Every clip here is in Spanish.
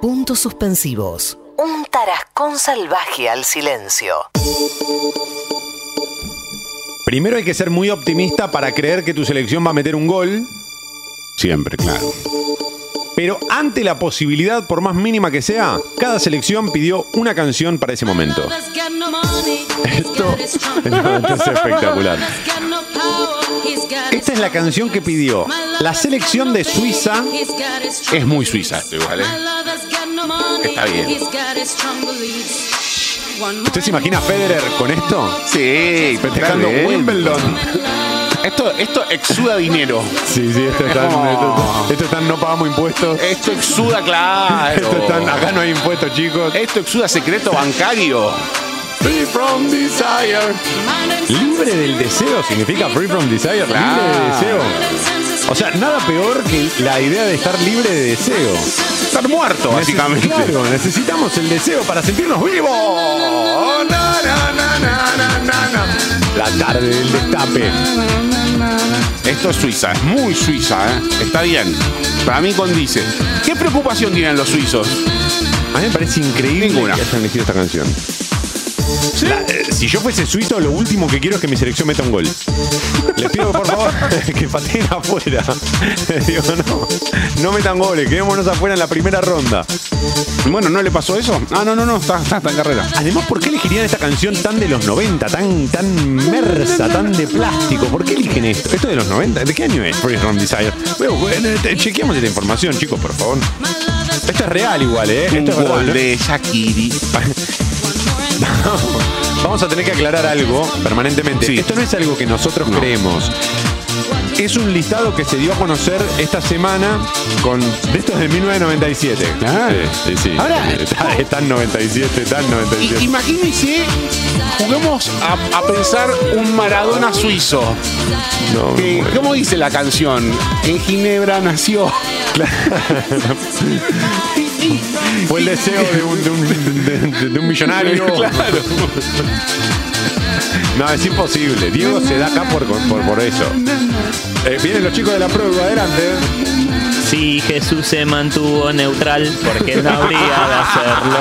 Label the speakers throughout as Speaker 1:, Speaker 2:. Speaker 1: Puntos suspensivos. Un tarascón salvaje al silencio.
Speaker 2: Primero hay que ser muy optimista para creer que tu selección va a meter un gol,
Speaker 3: Siempre, claro.
Speaker 2: pero ante la posibilidad, por más mínima que sea, cada selección pidió una canción para ese momento.
Speaker 3: Esto es espectacular.
Speaker 2: Esta es la canción que pidió la selección de Suiza.
Speaker 3: Es muy suiza esto igual, ¿eh? Está bien.
Speaker 2: ¿Usted se imagina a Federer con esto?
Speaker 3: Sí,
Speaker 2: Festejando
Speaker 3: está bien.
Speaker 2: Wimbledon.
Speaker 3: Esto, esto exuda dinero.
Speaker 2: Sí, sí, esto es tan,
Speaker 3: No.
Speaker 2: esto, esto es tan no pagamos impuestos.
Speaker 3: Esto exuda, claro.
Speaker 2: Esto es tan- acá no hay impuestos, chicos.
Speaker 3: Esto exuda secreto bancario. Free from desire.
Speaker 2: Libre del deseo significa free from desire, libre de
Speaker 3: Claro.
Speaker 2: deseo. O sea, nada peor que la idea de estar libre de deseo.
Speaker 3: Estar muerto, básicamente.
Speaker 2: Neces- claro, necesitamos el deseo para sentirnos vivos.
Speaker 3: Oh, na, na, na, na, na, na, na.
Speaker 2: La tarde del destape.
Speaker 3: Esto es Suiza, es muy Suiza, ¿eh? Está bien. Para mí condice. ¿Qué preocupación tienen los suizos?
Speaker 2: A mí me parece increíble
Speaker 3: Ninguna.
Speaker 2: que hayan elegido esta canción. La- eh, si yo fuese suizo, lo último que quiero es que mi selección meta un gol. Les pido por favor que pateen afuera. Digo, no, no metan goles, quedémonos afuera en la primera ronda.
Speaker 3: Bueno, ¿no le pasó eso? Ah, no, no, no, está, está, está en carrera.
Speaker 2: Además, ¿por qué elegirían esta canción tan de los 90, tan, tan mersa, tan de plástico? ¿Por qué eligen esto? ¿Esto es de los 90? ¿De qué año es Free From Desire? Bueno, bueno, te- chequeamos esta información, chicos, por favor. Esto es real igual, ¿eh? Esto es
Speaker 3: un gol
Speaker 2: verdad, ¿no?
Speaker 3: de Shakiri.
Speaker 2: Vamos a tener que aclarar algo permanentemente.
Speaker 3: Sí.
Speaker 2: Esto no es algo que nosotros creemos. Es un listado que se dio a conocer esta semana con de estos de 1997.
Speaker 3: Ah.
Speaker 2: Sí, sí, sí.
Speaker 3: Ahora-
Speaker 2: está, está en 97, está en
Speaker 3: Y-
Speaker 2: 97.
Speaker 3: Imagínense, juguemos a, a pensar un Maradona suizo.
Speaker 2: No,
Speaker 3: Que,
Speaker 2: bueno.
Speaker 3: ¿Cómo dice la canción? En Ginebra nació.
Speaker 2: Fue el deseo de un, de un- de- de- de un millonario.
Speaker 3: Claro.
Speaker 2: No, es imposible. Diego se da acá por, por, por eso. Eh, vienen los chicos de la prueba, adelante.
Speaker 4: Si Jesús se mantuvo neutral, ¿por qué no habría de hacerlo?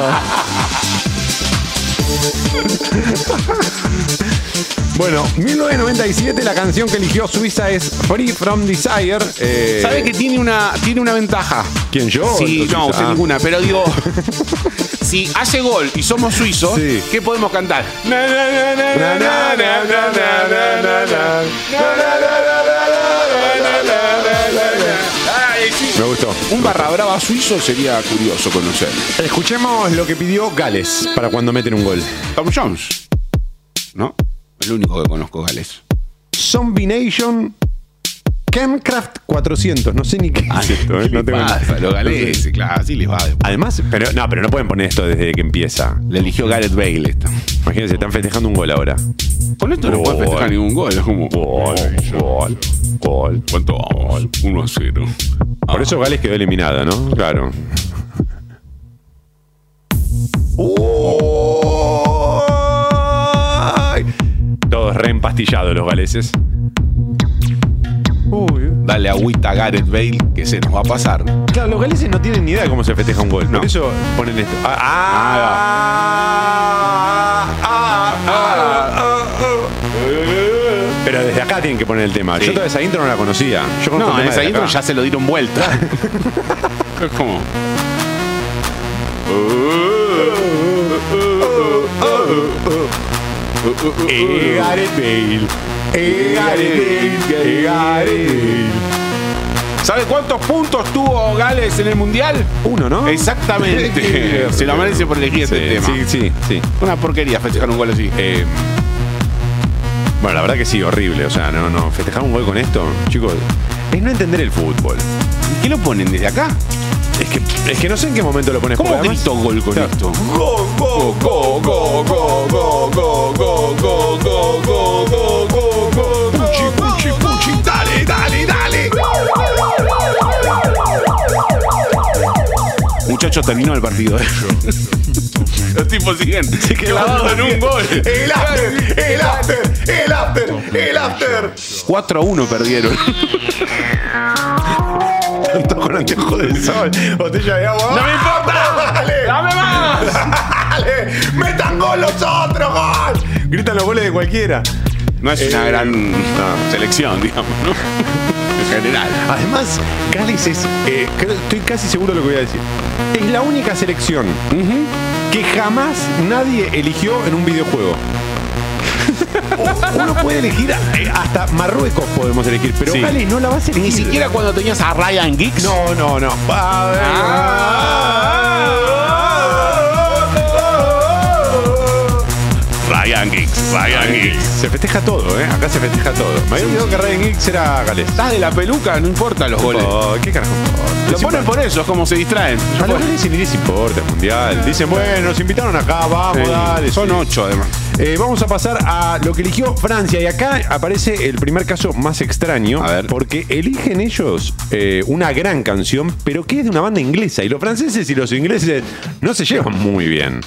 Speaker 2: Bueno, 1997 la canción que eligió Suiza es Free From Desire. eh,
Speaker 3: ¿Sabe que tiene una, tiene una ventaja?
Speaker 2: ¿Quién yo?
Speaker 3: Sí,
Speaker 2: Entonces,
Speaker 3: no, usted
Speaker 2: ah.
Speaker 3: ninguna, pero digo, si hace gol y somos suizos,
Speaker 2: Sí.
Speaker 3: ¿qué podemos cantar?
Speaker 2: Na, na, na, na, na, na, na, na.
Speaker 3: Ay, sí.
Speaker 2: Me gustó.
Speaker 3: Un barra brava suizo sería curioso conocer.
Speaker 2: Escuchemos lo que pidió Gales para cuando meten un gol.
Speaker 3: Tom Jones. ¿No? El único que conozco, Gales.
Speaker 2: Zombie Nation Camcraft 400. No sé ni qué es esto, eh,
Speaker 3: ¿Qué
Speaker 2: no
Speaker 3: le
Speaker 2: tengo ni-
Speaker 3: pasa? Los galeses, claro, así les va.
Speaker 2: Además, pero no, pero no pueden poner esto desde que empieza.
Speaker 3: Le eligió Gareth Bale esta.
Speaker 2: Imagínense, están festejando un gol ahora.
Speaker 3: Con esto no
Speaker 2: Gol.
Speaker 3: puede festejar ningún gol. Es como.
Speaker 2: Gol, gol, gol.
Speaker 3: ¿Cuánto vamos? 1 a 0.
Speaker 2: Por eso Gales quedó eliminada, ¿no? Claro. Uy. Todos re empastillados los galeses. Uy.
Speaker 3: Dale agüita a Gareth Bale que se nos va a pasar.
Speaker 2: Claro, los galeses no tienen ni idea de cómo se festeja un gol.
Speaker 3: No.
Speaker 2: Por eso ponen esto. Ah, ah, Pero desde acá tienen que poner el tema.
Speaker 3: Sí.
Speaker 2: Yo toda esa intro no la conocía. Yo conozco
Speaker 3: No,
Speaker 2: el tema
Speaker 3: en esa
Speaker 2: desde
Speaker 3: intro
Speaker 2: acá.
Speaker 3: ya se lo dieron vuelta. es como.
Speaker 2: Eh, Gareth Bale. Eh, Gareth Bale. Eh, Gareth Bale.
Speaker 3: ¿Sabe cuántos puntos tuvo Gales en el mundial?
Speaker 2: Uno, ¿no?
Speaker 3: Exactamente.
Speaker 2: Sí.
Speaker 3: se lo merece por elegir
Speaker 2: Sí,
Speaker 3: este tema.
Speaker 2: Sí, sí, sí.
Speaker 3: Una porquería festejar un gol así.
Speaker 2: Eh, bueno, la verdad que sí, horrible. O sea, no, no. Festejar un gol con esto, chicos, es no entender el fútbol.
Speaker 3: ¿Y qué lo ponen desde acá?
Speaker 2: Es que, es que no sé en qué momento lo pones.
Speaker 3: ¿Cómo
Speaker 2: porque además-
Speaker 3: grito gol con
Speaker 2: Claro.
Speaker 3: esto? Go, go, go, go, go, go, go, go, go, go, go, go, go, go, puchi, puchi, puchi, dale, dale, dale. Muchachos, terminó el partido. ¿eh? Los tipos siguen clavando en un gol. El after, el after, el after, el after. 4 a 1 perdieron.
Speaker 2: Tanto con anteojo del sol, botella de agua.
Speaker 3: ¡No me importa!
Speaker 2: ¡Gol nosotros! ¡Gol! Gritan los goles de cualquiera.
Speaker 3: No es una
Speaker 2: Eh,
Speaker 3: gran selección, digamos, ¿no? En general.
Speaker 2: Además, Gales es, eh, creo- estoy casi seguro de lo que voy a decir, es la única selección que jamás nadie eligió en un videojuego. Uno puede elegir eh, hasta Marruecos podemos elegir, pero
Speaker 3: Sí.
Speaker 2: Gales no la vas a elegir.
Speaker 5: Ni siquiera cuando tenías a Ryan Giggs.
Speaker 2: No, no, no. A ver.
Speaker 3: Ryan Giggs, Ryan Giggs.
Speaker 2: Se festeja todo, ¿eh? Acá se festeja todo. Me había olvidado que Ryan Giggs era Gales.
Speaker 3: Estás de la peluca, no importa los goles.
Speaker 2: Oh, ¿Qué carajo?
Speaker 3: Lo ponen por eso, es como se distraen.
Speaker 2: A los Gales ni les importa el mundial. Dicen, bueno, nos invitaron acá, vamos,
Speaker 3: Sí.
Speaker 2: dale.
Speaker 3: Son
Speaker 2: sí.
Speaker 3: ocho, además.
Speaker 2: Eh, vamos a pasar a lo que eligió Francia. Y acá aparece el primer caso más extraño.
Speaker 3: A ver.
Speaker 2: Porque eligen ellos eh, una gran canción, pero que es de una banda inglesa. Y los franceses y los ingleses no se llevan muy bien.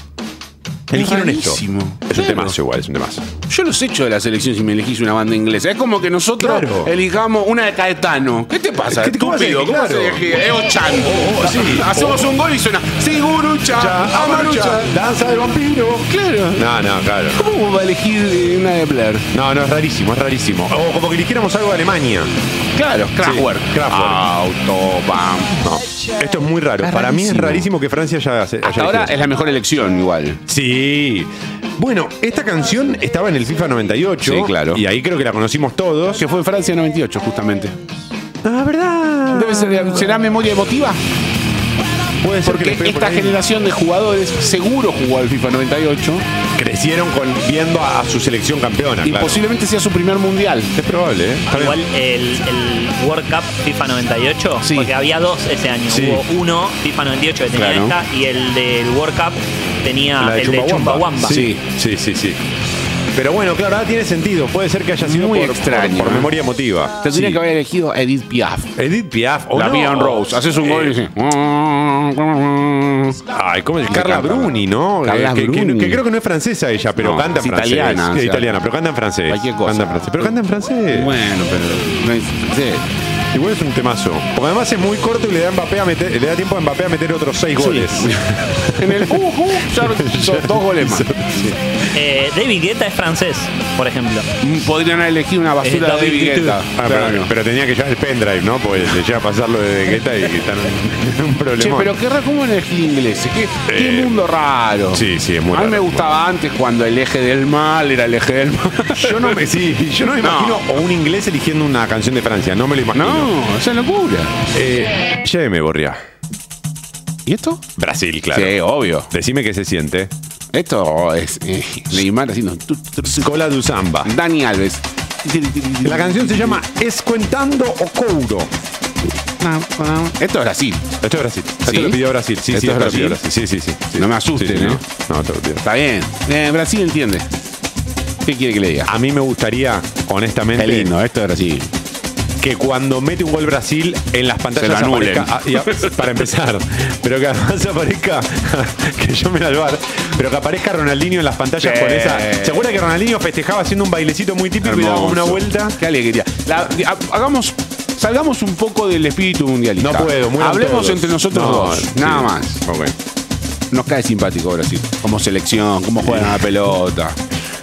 Speaker 2: Eligieron esto. Es
Speaker 3: rarísimo.
Speaker 2: un
Speaker 3: Claro.
Speaker 2: temazo igual, es un temazo.
Speaker 3: Yo los echo de la selección si me elegís una banda inglesa. Es como que nosotros
Speaker 2: Claro.
Speaker 3: elijamos una de Caetano. ¿Qué te pasa? Oh,
Speaker 2: ¿Qué te- cómo
Speaker 3: estúpido?
Speaker 2: vas a
Speaker 3: ¿Cómo
Speaker 2: elegir?
Speaker 3: se elegir? Eo Chan. Hacemos un gol y suena Sigurucha, Amarucha.
Speaker 2: Ah, danza del vampiro.
Speaker 3: Claro.
Speaker 2: No, no, claro.
Speaker 3: ¿Cómo va a elegir eh, una de Blair?
Speaker 2: No, no, es rarísimo, es rarísimo. O como que eligiéramos algo de Alemania.
Speaker 3: Claro, Kraftwerk.
Speaker 2: Kraftwerk.
Speaker 3: Autobahn.
Speaker 2: No, esto es muy raro.
Speaker 3: Es
Speaker 2: Para mí es
Speaker 3: rarísimo.
Speaker 2: rarísimo que Francia haya, haya
Speaker 3: Hasta
Speaker 2: elegido
Speaker 3: ahora
Speaker 2: eso.
Speaker 3: es la mejor elección igual.
Speaker 2: Sí. Bueno, esta canción estaba en el FIFA 98.
Speaker 3: Sí, claro.
Speaker 2: Y ahí creo que la conocimos todos.
Speaker 3: Que fue Francia 98, justamente.
Speaker 2: Ah, ¿verdad?
Speaker 5: Debe ser, ¿Será memoria emotiva?
Speaker 2: Puede ser que
Speaker 5: Porque
Speaker 2: les pegue por
Speaker 5: esta
Speaker 2: ahí.
Speaker 5: generación de jugadores seguro jugó al FIFA 98
Speaker 2: crecieron con, viendo a, a su selección campeona.
Speaker 5: y
Speaker 2: Ah, claro.
Speaker 5: posiblemente sea su primer mundial.
Speaker 2: Es probable, ¿eh? Está bien.
Speaker 4: Igual el, el World Cup FIFA 98,
Speaker 5: Sí.
Speaker 4: porque había dos ese año.
Speaker 2: Sí.
Speaker 4: Hubo uno, FIFA 98, que tenía
Speaker 3: Claro.
Speaker 4: esta, y el del World Cup tenía
Speaker 2: La
Speaker 4: el de Chumbawamba.
Speaker 2: Sí, sí, sí, sí. Pero bueno, claro, ahora tiene sentido. Puede ser que haya sido
Speaker 3: Muy
Speaker 2: por,
Speaker 3: extraño,
Speaker 2: por, por
Speaker 3: ¿eh?
Speaker 2: memoria emotiva.
Speaker 5: Tendría
Speaker 2: Sí.
Speaker 5: que haber elegido a Edith Piaf.
Speaker 2: Edith Piaf o
Speaker 3: la
Speaker 2: no. Eh.
Speaker 3: Bian Rose. Haces un gol y
Speaker 5: "Ah,
Speaker 3: dices.
Speaker 2: Ay, ¿cómo es? Carla
Speaker 3: encanta.
Speaker 2: Bruni, ¿no?
Speaker 3: Carla
Speaker 2: que, que-
Speaker 3: Bruni.
Speaker 2: que creo que no es francesa ella, pero
Speaker 3: No,
Speaker 2: canta en
Speaker 3: es
Speaker 2: francés.
Speaker 3: italiana,
Speaker 2: Sí,
Speaker 3: o sea,
Speaker 2: italiana, pero canta en francés.
Speaker 3: cualquier cosa.
Speaker 2: Canta en francés. Pero canta en francés.
Speaker 3: Bueno, pero. no es- sí.
Speaker 2: Igual es un temazo. Porque además es muy corto y le da, Mbappé a meter- le da tiempo a Mbappé a meter otros seis goles.
Speaker 3: En el. Uh, uh, ya son dos goles más.
Speaker 4: Eh, David Guetta es francés, por ejemplo.
Speaker 3: Podrían haber elegido una basura
Speaker 4: Eh,
Speaker 3: de David
Speaker 4: David
Speaker 3: Guetta.
Speaker 2: Ah,
Speaker 3: Claro.
Speaker 2: pero, pero tenía que llevar el pendrive, ¿no? Porque le llega a pasarlo de Guetta y que están en un
Speaker 3: Che,
Speaker 2: problema.
Speaker 3: pero qué raro, ¿cómo elegí ingleses? ¿Qué, qué
Speaker 2: Eh,
Speaker 3: mundo raro.
Speaker 2: sí, sí, es muy
Speaker 3: A mí
Speaker 2: raro,
Speaker 3: me
Speaker 2: muy
Speaker 3: gustaba antes cuando el eje del mal era el eje del mal.
Speaker 2: Yo no me, sí, yo no me
Speaker 3: No.
Speaker 2: imagino a un inglés eligiendo una canción de Francia. No me lo imagino.
Speaker 3: No, esa es locura.
Speaker 2: Eh, lléveme, Borria.
Speaker 3: ¿Y esto?
Speaker 2: Brasil, claro.
Speaker 3: Sí, obvio.
Speaker 2: Decime qué se siente.
Speaker 3: Esto es eh, Neymar haciendo. tu, tu, tu.
Speaker 2: Cola du Samba.
Speaker 3: Dani Alves.
Speaker 2: La canción se llama Escuentando o Couro.
Speaker 3: Esto es Brasil.
Speaker 2: Esto es Brasil. Esto
Speaker 3: ¿Sí?
Speaker 2: lo pidió Brasil. Sí,
Speaker 3: ¿Esto
Speaker 2: sí,
Speaker 3: es
Speaker 2: esto lo pidió
Speaker 3: Brasil?
Speaker 2: Brasil. Sí, sí, sí. Sí.
Speaker 3: No me asusten,
Speaker 2: Sí, sí,
Speaker 3: ¿eh?
Speaker 2: sí. No, te lo pido.
Speaker 3: Está bien. Eh, Brasil entiende. ¿Qué quiere que le diga?
Speaker 2: A mí me gustaría, honestamente,
Speaker 3: Qué lindo, esto es Brasil.
Speaker 2: que cuando mete un gol Brasil en las pantallas
Speaker 3: Se lo anulen.
Speaker 2: aparezca, ah, y a- para empezar, pero que además aparezca que yo me al bar, pero que aparezca Ronaldinho en las pantallas
Speaker 3: Sí.
Speaker 2: con esa. ¿Se acuerda que Ronaldinho festejaba haciendo un bailecito muy típico y daba
Speaker 3: Hermoso.
Speaker 2: como una vuelta?
Speaker 3: Qué alegría. La- ha- hagamos, salgamos un poco del espíritu mundialista.
Speaker 2: No puedo, muy
Speaker 3: Hablemos entre nosotros dos, nada más.
Speaker 2: Ok.
Speaker 3: Nos cae simpático Brasil, como selección, cómo juegan a la pelota.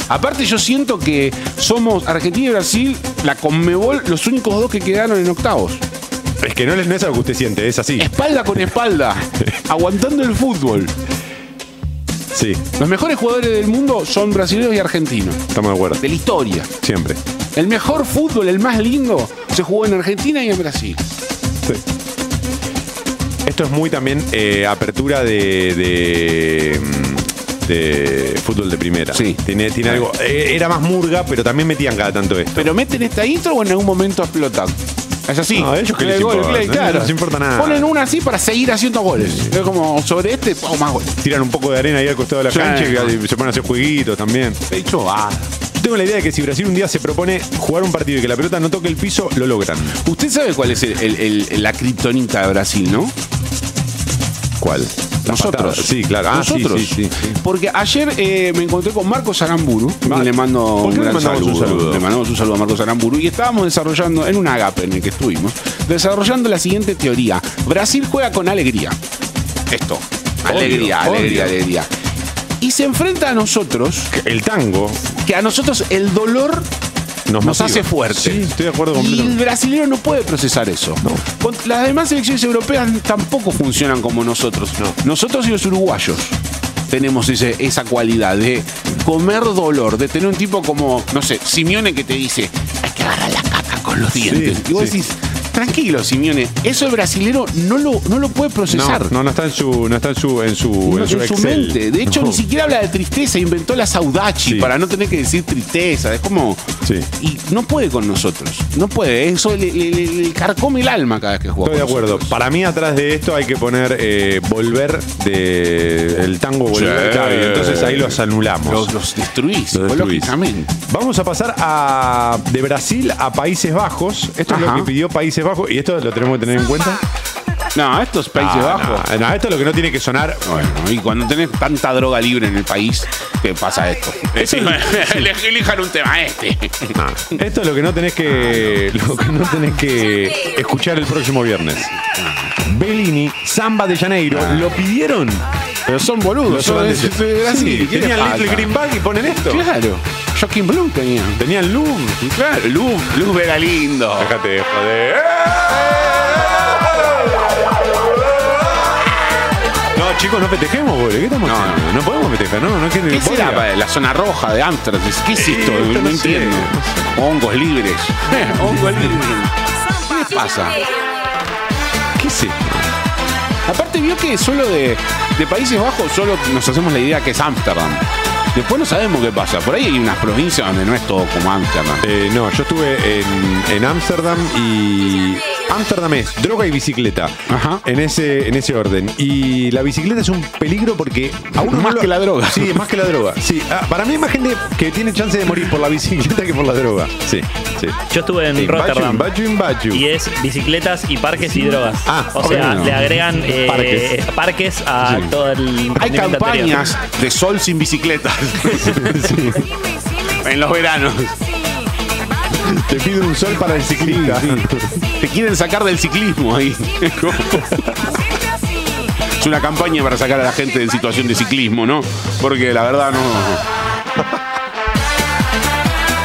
Speaker 3: Aparte yo siento que somos Argentina y Brasil, la Conmebol, los únicos dos que quedaron en octavos.
Speaker 2: Es que no les no es algo que usted siente, es así.
Speaker 3: Espalda con espalda, aguantando el fútbol.
Speaker 2: Sí,
Speaker 3: Los mejores jugadores del mundo son brasileños y argentinos,
Speaker 2: estamos de acuerdo.
Speaker 3: de la historia.
Speaker 2: Siempre.
Speaker 3: El mejor fútbol, el más lindo, se jugó en Argentina y en Brasil.
Speaker 2: Sí. Esto es muy también eh, apertura de, de, mm, de fútbol de primera.
Speaker 3: Sí.
Speaker 2: Tiene, tiene algo. eh, era más murga, pero también metían cada tanto esto.
Speaker 3: Pero meten esta intro o en algún momento explotan. Es así.
Speaker 2: No, a ellos qué
Speaker 3: El
Speaker 2: les
Speaker 3: gol,
Speaker 2: importa,
Speaker 3: play,
Speaker 2: no
Speaker 3: claro.
Speaker 2: les importa nada.
Speaker 3: Ponen una así para seguir haciendo goles. Es como sobre este, o más goles.
Speaker 2: Tiran un poco de arena ahí al costado de la
Speaker 3: Sí.
Speaker 2: cancha y que- se ponen a hacer jueguitos también.
Speaker 3: De hecho, ah.
Speaker 2: Yo tengo la idea de que si Brasil un día se propone jugar un partido y que la pelota no toque el piso, lo logran.
Speaker 3: Usted sabe cuál es el- el- el- la kriptonita de Brasil, ¿no?
Speaker 2: ¿Cuál?
Speaker 3: Nosotros.
Speaker 2: Sí, claro. Ah, sí,
Speaker 3: Nosotros.
Speaker 2: sí, sí, sí.
Speaker 3: Porque ayer eh, me encontré con Marcos Aramburu.
Speaker 2: Mar-
Speaker 3: y le mando
Speaker 2: ¿Por
Speaker 3: un
Speaker 2: qué le
Speaker 3: gran
Speaker 2: mandamos un
Speaker 3: saludo.
Speaker 2: saludo?
Speaker 3: Le mandamos un saludo a Marcos Aramburu. Y estábamos desarrollando, en un agape en el que estuvimos, desarrollando la siguiente teoría. Brasil juega con alegría. Esto. Alegría,
Speaker 2: Obvio, obvio.
Speaker 3: alegría, alegría. y se enfrenta a nosotros,
Speaker 2: El tango
Speaker 3: que a nosotros el dolor
Speaker 2: nos,
Speaker 3: nos,
Speaker 2: motiva.
Speaker 3: hace fuerte.
Speaker 2: Sí, estoy de acuerdo
Speaker 3: Y el
Speaker 2: completamente.
Speaker 3: brasileño no puede procesar eso. Con- Las demás selecciones europeas tampoco funcionan como nosotros. Nosotros y los uruguayos tenemos ese- esa cualidad de comer dolor, de tener un tipo como, no sé, Simeone que te dice, hay que agarrar la caca con los dientes. y vos
Speaker 2: sí.
Speaker 3: decís, tranquilo, Simeone, eso el brasilero no lo, no lo puede
Speaker 2: No,
Speaker 3: procesar.
Speaker 2: no, no está en su, no está en su, en su,
Speaker 3: No,
Speaker 2: en su
Speaker 3: en su
Speaker 2: Excel.
Speaker 3: mente. De hecho,
Speaker 2: No.
Speaker 3: ni siquiera habla de tristeza, inventó la saudachi
Speaker 2: Sí.
Speaker 3: para no tener que decir tristeza. Es como.
Speaker 2: Sí.
Speaker 3: Y no puede con nosotros. No puede. Eso le, le- le- le carcome el alma cada vez que juega.
Speaker 2: Estoy de
Speaker 3: con
Speaker 2: acuerdo.
Speaker 3: nosotros.
Speaker 2: Para mí atrás de esto hay que poner eh, volver de el tango volver.
Speaker 3: Sí.
Speaker 2: Claro, y entonces ahí los anulamos.
Speaker 3: Los, los destruís
Speaker 2: Los destruís.
Speaker 3: psicológicamente.
Speaker 2: Vamos a pasar a, de Brasil a Países Bajos. Esto es lo
Speaker 3: Ajá.
Speaker 2: que pidió Países Bajos y esto lo tenemos que tener en cuenta.
Speaker 3: No, estos Países
Speaker 2: Ah,
Speaker 3: Bajos.
Speaker 2: no, no, esto es lo que no tiene que sonar.
Speaker 3: Bueno, y cuando tenés tanta droga libre en el país, te pasa esto.
Speaker 2: Eh,
Speaker 3: Encima, elij- Elijan un tema este.
Speaker 2: Esto es lo que no tenés que,
Speaker 3: Ah,
Speaker 2: lo que no tenés que escuchar el próximo viernes.
Speaker 3: Ah.
Speaker 2: Bellini, Samba de Janeiro, lo pidieron.
Speaker 3: Pero son boludos.
Speaker 2: Los
Speaker 3: Son eh, de,
Speaker 2: holandeses.
Speaker 3: de Brasil.
Speaker 2: Sí,
Speaker 3: ¿qué les
Speaker 2: tenían Little
Speaker 3: pasa?
Speaker 2: Green Bag y ponen esto.
Speaker 3: Claro. Joaquín Blum tenía.
Speaker 2: Tenían Loom.
Speaker 3: Claro, Luz, Luz Vega lindo.
Speaker 2: Déjate de joder. No, chicos, no festejemos, boludo. ¿Qué estamos
Speaker 3: No,
Speaker 2: haciendo? No podemos festejar, no, no quiero
Speaker 3: ¿Qué será pa- la zona roja de Amsterdam? ¿Qué es esto?
Speaker 2: Eh,
Speaker 3: no
Speaker 2: no sé.
Speaker 3: entiendo. Hongos libres. Hongos libres. ¿Qué les pasa? ¿Qué es esto? Aparte vio que solo de, de Países Bajos solo nos hacemos la idea que es Amsterdam. Después no sabemos qué pasa. Por ahí hay unas provincias donde no es todo como Amsterdam.
Speaker 2: Eh, no, yo estuve en- en Ámsterdam y. Ámsterdam es droga y bicicleta.
Speaker 3: Ajá.
Speaker 2: En ese, en ese orden. Y la bicicleta es un peligro porque. A uno
Speaker 3: Más
Speaker 2: no lo-
Speaker 3: que la droga.
Speaker 2: Sí, más que la droga. Sí, ah, para mí hay más gente que tiene chance de morir por la bicicleta que por la droga. Sí, sí.
Speaker 4: Yo estuve en
Speaker 2: Sí,
Speaker 4: Rotterdam.
Speaker 2: Bachu, bachu, bachu.
Speaker 4: Y es bicicletas y parques y drogas.
Speaker 2: Ah,
Speaker 4: o sea,
Speaker 2: bueno.
Speaker 4: le agregan eh,
Speaker 2: Parques.
Speaker 4: parques. a
Speaker 2: Sí.
Speaker 4: todo el.
Speaker 3: Hay
Speaker 4: emprendimiento
Speaker 3: campañas de sol sin bicicletas
Speaker 2: Sí.
Speaker 3: en los veranos.
Speaker 2: Te pido un sol para el ciclista.
Speaker 3: Te quieren sacar del ciclismo ahí. Es una campaña para sacar a la gente de situación de ciclismo, ¿no? Porque la verdad no.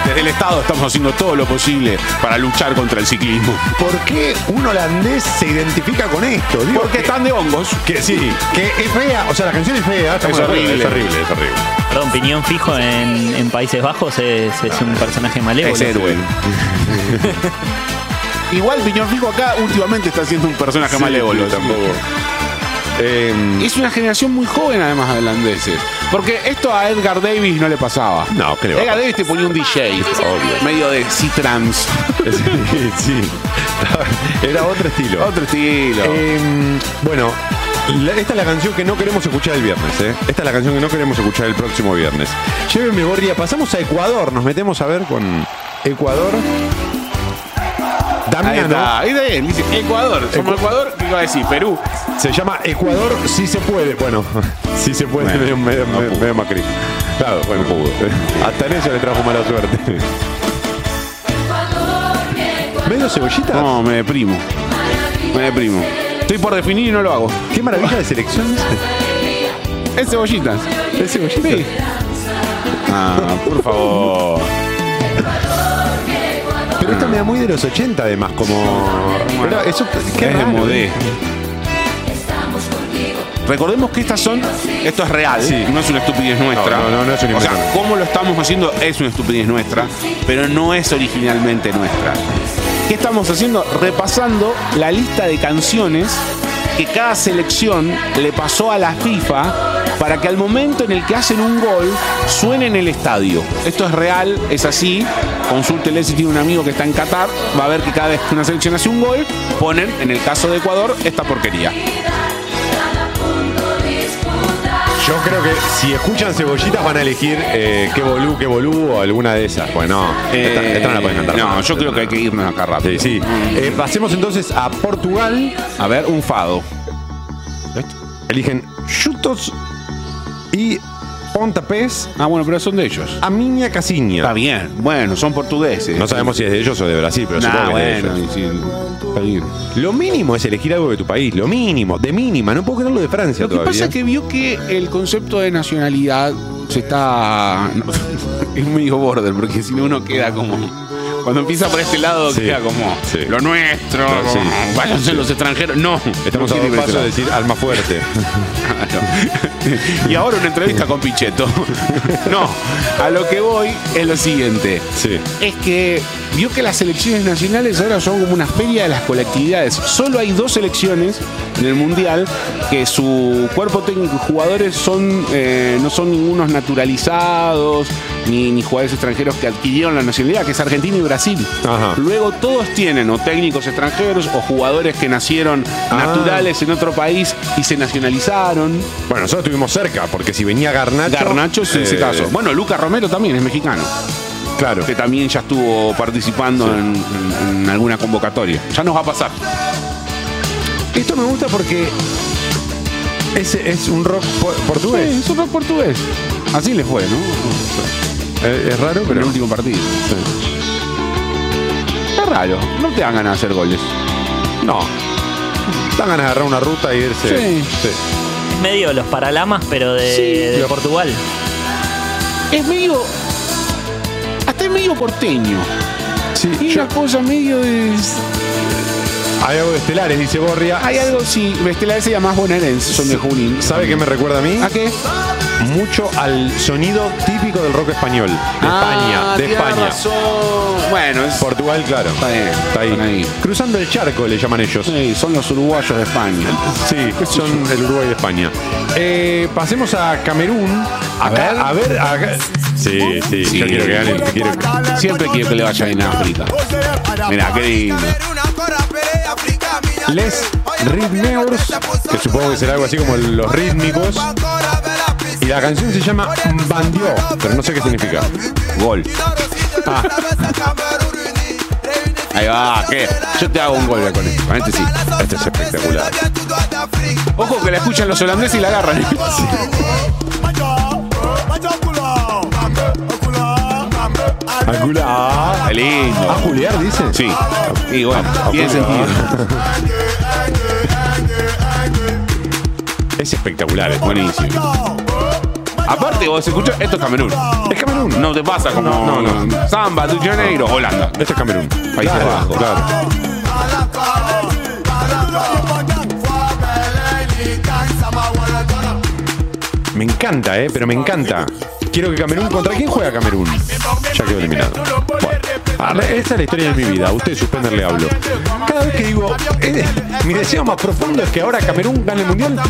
Speaker 3: Desde el Estado estamos haciendo todo lo posible para luchar contra el ciclismo.
Speaker 2: ¿Por qué un holandés se identifica con esto? Digo,
Speaker 3: Porque
Speaker 2: que-
Speaker 3: están de hongos.
Speaker 2: Que sí, que es fea, o sea, la canción es fea, estamos
Speaker 3: Es
Speaker 2: de acuerdo,
Speaker 3: horrible.
Speaker 2: es horrible, es horrible.
Speaker 4: anterior. Perdón, Piñón Fijo en, en Países Bajos es, es un personaje malévolo.
Speaker 3: Es héroe. Igual Piñón Fijo acá últimamente está siendo un personaje malévolo tampoco.
Speaker 2: Eh,
Speaker 3: Es una generación muy joven además de holandeses. Porque esto a Edgar Davis no le pasaba.
Speaker 2: No, ¿qué le va a
Speaker 3: Edgar
Speaker 2: pasar?
Speaker 3: Davis te ponía un DJ.
Speaker 2: Obvio.
Speaker 3: Medio de C-Trans.
Speaker 2: sí, sí. Era otro estilo.
Speaker 3: Otro estilo.
Speaker 2: Eh, bueno, la- esta es la canción que no queremos escuchar el viernes, ¿eh? Esta es la canción que no queremos escuchar el próximo viernes. Llévenme, Borria. Pasamos a Ecuador. Nos metemos a ver con Ecuador.
Speaker 3: Ahí
Speaker 2: Damiano.
Speaker 3: está. Ahí está bien. Dice Ecuador. Somos
Speaker 2: Ecu-
Speaker 3: Ecuador. ¿Qué iba a decir? Perú.
Speaker 2: Se llama Ecuador si se puede. Bueno, si se puede,
Speaker 3: Bueno,
Speaker 2: medio, medio- medio- medio Macri. Claro, bueno, Hasta en eso le trajo mala suerte. ¿Medio cebollitas?
Speaker 3: No, me deprimo. Me deprimo. Estoy por definir y no lo hago.
Speaker 2: Qué maravilla de selecciones.
Speaker 3: Es cebollitas.
Speaker 2: ¿Es cebollitas?
Speaker 3: Sí. Ah, por favor.
Speaker 2: Pero esto me da muy de los 80 además, como... Pero eso, qué
Speaker 3: es de
Speaker 2: raro,
Speaker 3: modé.
Speaker 2: ¿eh?
Speaker 3: Recordemos que estas son. Esto es real, no es una estupidez nuestra.
Speaker 2: No, no, no, no es un
Speaker 3: O sea,
Speaker 2: invento.
Speaker 3: cómo lo estamos haciendo es una estupidez nuestra, pero no es originalmente nuestra. ¿Qué estamos haciendo? Repasando la lista de canciones que cada selección le pasó a la FIFA para que al momento en el que hacen un gol suene en el estadio. Esto es real, es así. Consúltele si tiene un amigo que está en Qatar, va a ver que cada vez que una selección hace un gol, ponen, en el caso de Ecuador, esta porquería.
Speaker 2: Yo creo que si escuchan cebollitas van a elegir eh, qué bolú, qué bolú o alguna de esas. Bueno, no, esta,
Speaker 3: Eh,
Speaker 2: esta no la pueden cantar.
Speaker 3: No, yo creo que hay que irnos acá rápido.
Speaker 2: Sí, sí. Eh, pasemos entonces a Portugal.
Speaker 3: A ver, un fado.
Speaker 2: Eligen Chutos y Ponta Pez,
Speaker 3: Ah, bueno, pero son de ellos.
Speaker 2: a Miña Casiña.
Speaker 3: Está bien. Bueno, son portugueses.
Speaker 2: No sabemos si es de ellos o de Brasil, pero
Speaker 3: Nah,
Speaker 2: supongo que es de
Speaker 3: bueno,
Speaker 2: ellos.
Speaker 3: y si- está bien.
Speaker 2: Lo mínimo es elegir algo de tu país, lo mínimo, de mínima, no puedo creerlo de Francia
Speaker 3: Lo que
Speaker 2: todavía.
Speaker 3: pasa es que vio que el concepto de nacionalidad se está. es medio border, porque si no uno queda como. Cuando empieza por este lado,
Speaker 2: Sí,
Speaker 3: queda como.
Speaker 2: sí.
Speaker 3: Lo nuestro,
Speaker 2: No, sí.
Speaker 3: váyanse los extranjeros. No.
Speaker 2: Estamos
Speaker 3: no
Speaker 2: a
Speaker 3: quiere
Speaker 2: dos
Speaker 3: ir por este
Speaker 2: pasos de
Speaker 3: ese
Speaker 2: decir alma fuerte.
Speaker 3: lado. y ahora una entrevista con Pichetto. no. A lo que voy es lo siguiente.
Speaker 2: Sí.
Speaker 3: Es que vio que las elecciones nacionales ahora son como una feria de las colectividades. Solo hay dos elecciones en el mundial que su cuerpo técnico y jugadores son eh, no son ningunos naturalizados ni, ni jugadores extranjeros que adquirieron la nacionalidad, que es Argentina y Brasil.
Speaker 2: Ajá.
Speaker 3: Luego todos tienen o técnicos extranjeros o jugadores que nacieron
Speaker 2: Ah.
Speaker 3: naturales en otro país y se nacionalizaron.
Speaker 2: Bueno, nosotros estuvimos cerca, porque si venía Garnacho.
Speaker 3: Garnacho es ese
Speaker 2: eh,
Speaker 3: caso. Bueno, Lucas Romero también es mexicano
Speaker 2: Claro.
Speaker 3: que también ya estuvo participando en, en- en alguna convocatoria. Ya nos va a pasar.
Speaker 2: Esto me gusta porque es, es un rock po- portugués.
Speaker 3: Sí, es un rock portugués. Así le fue, ¿no?
Speaker 2: Eh, es raro,
Speaker 3: En el
Speaker 2: pero.
Speaker 3: último partido. Está raro. No te dan ganas de hacer goles.
Speaker 2: No. Dan ganas de agarrar una ruta y irse.
Speaker 3: Sí.
Speaker 4: Medio los paralamas, pero de,
Speaker 3: Sí,
Speaker 4: de
Speaker 3: lo-
Speaker 4: Portugal.
Speaker 3: Es medio. Hasta es medio porteño.
Speaker 2: Sí,
Speaker 3: Y
Speaker 2: yo-
Speaker 3: una cosa medio de.
Speaker 2: hay algo de estelares, dice Borria.
Speaker 3: Hay algo, sí. Vestela ese más bonaerense, son de Junín.
Speaker 2: ¿Sabe qué me recuerda a mí?
Speaker 3: ¿A qué?
Speaker 2: Mucho al sonido típico del rock español. De
Speaker 3: Ah,
Speaker 2: España. De
Speaker 3: tiene
Speaker 2: España.
Speaker 3: razón. Bueno, es.
Speaker 2: Portugal, claro.
Speaker 3: Está bien,
Speaker 2: Está ahí.
Speaker 3: están ahí.
Speaker 2: Cruzando el charco le llaman ellos.
Speaker 3: Sí, son los uruguayos de España.
Speaker 2: Sí, son el Uruguay y España. Eh, pasemos a Camerún. Acá, a ver, acá- Sí, sí, yo quiero que ganen. quiero que-
Speaker 3: Siempre quiero que le vaya bien a África. Mirá, qué lindo.
Speaker 2: Les Ritmeurs, que supongo que será algo así como los rítmicos. Y la canción se llama Bandió, pero no sé qué significa.
Speaker 3: Gol.
Speaker 2: Ah.
Speaker 3: Ahí va, ¿qué? Yo te hago un gol con esto. Con este sí.
Speaker 2: Este es espectacular.
Speaker 3: Ojo que la escuchan los holandeses y la agarran.
Speaker 2: Acula.
Speaker 3: Qué lindo.
Speaker 2: ¿A Juliar dice?
Speaker 3: Sí. Y bueno, tiene sentido.
Speaker 2: Es espectacular, es buenísimo.
Speaker 3: Buenísimo. Aparte, vos escuchas, esto es Camerún.
Speaker 2: Es Camerún.
Speaker 3: No te pasa como
Speaker 2: No, no,
Speaker 3: Samba, Río de Janeiro, Holanda.
Speaker 2: Esto es Camerún.
Speaker 3: Países
Speaker 2: Claro,
Speaker 3: Bajos.
Speaker 2: Claro. Me encanta, eh, pero me encanta. Quiero que Camerún. ¿Contra quién juega Camerún? Ya quedó eliminado. Bueno. Ah, Esta es la historia de mi vida. A usted suspender le hablo. Cada vez que digo, eh, mi deseo más profundo es que ahora Camerún gane el mundial.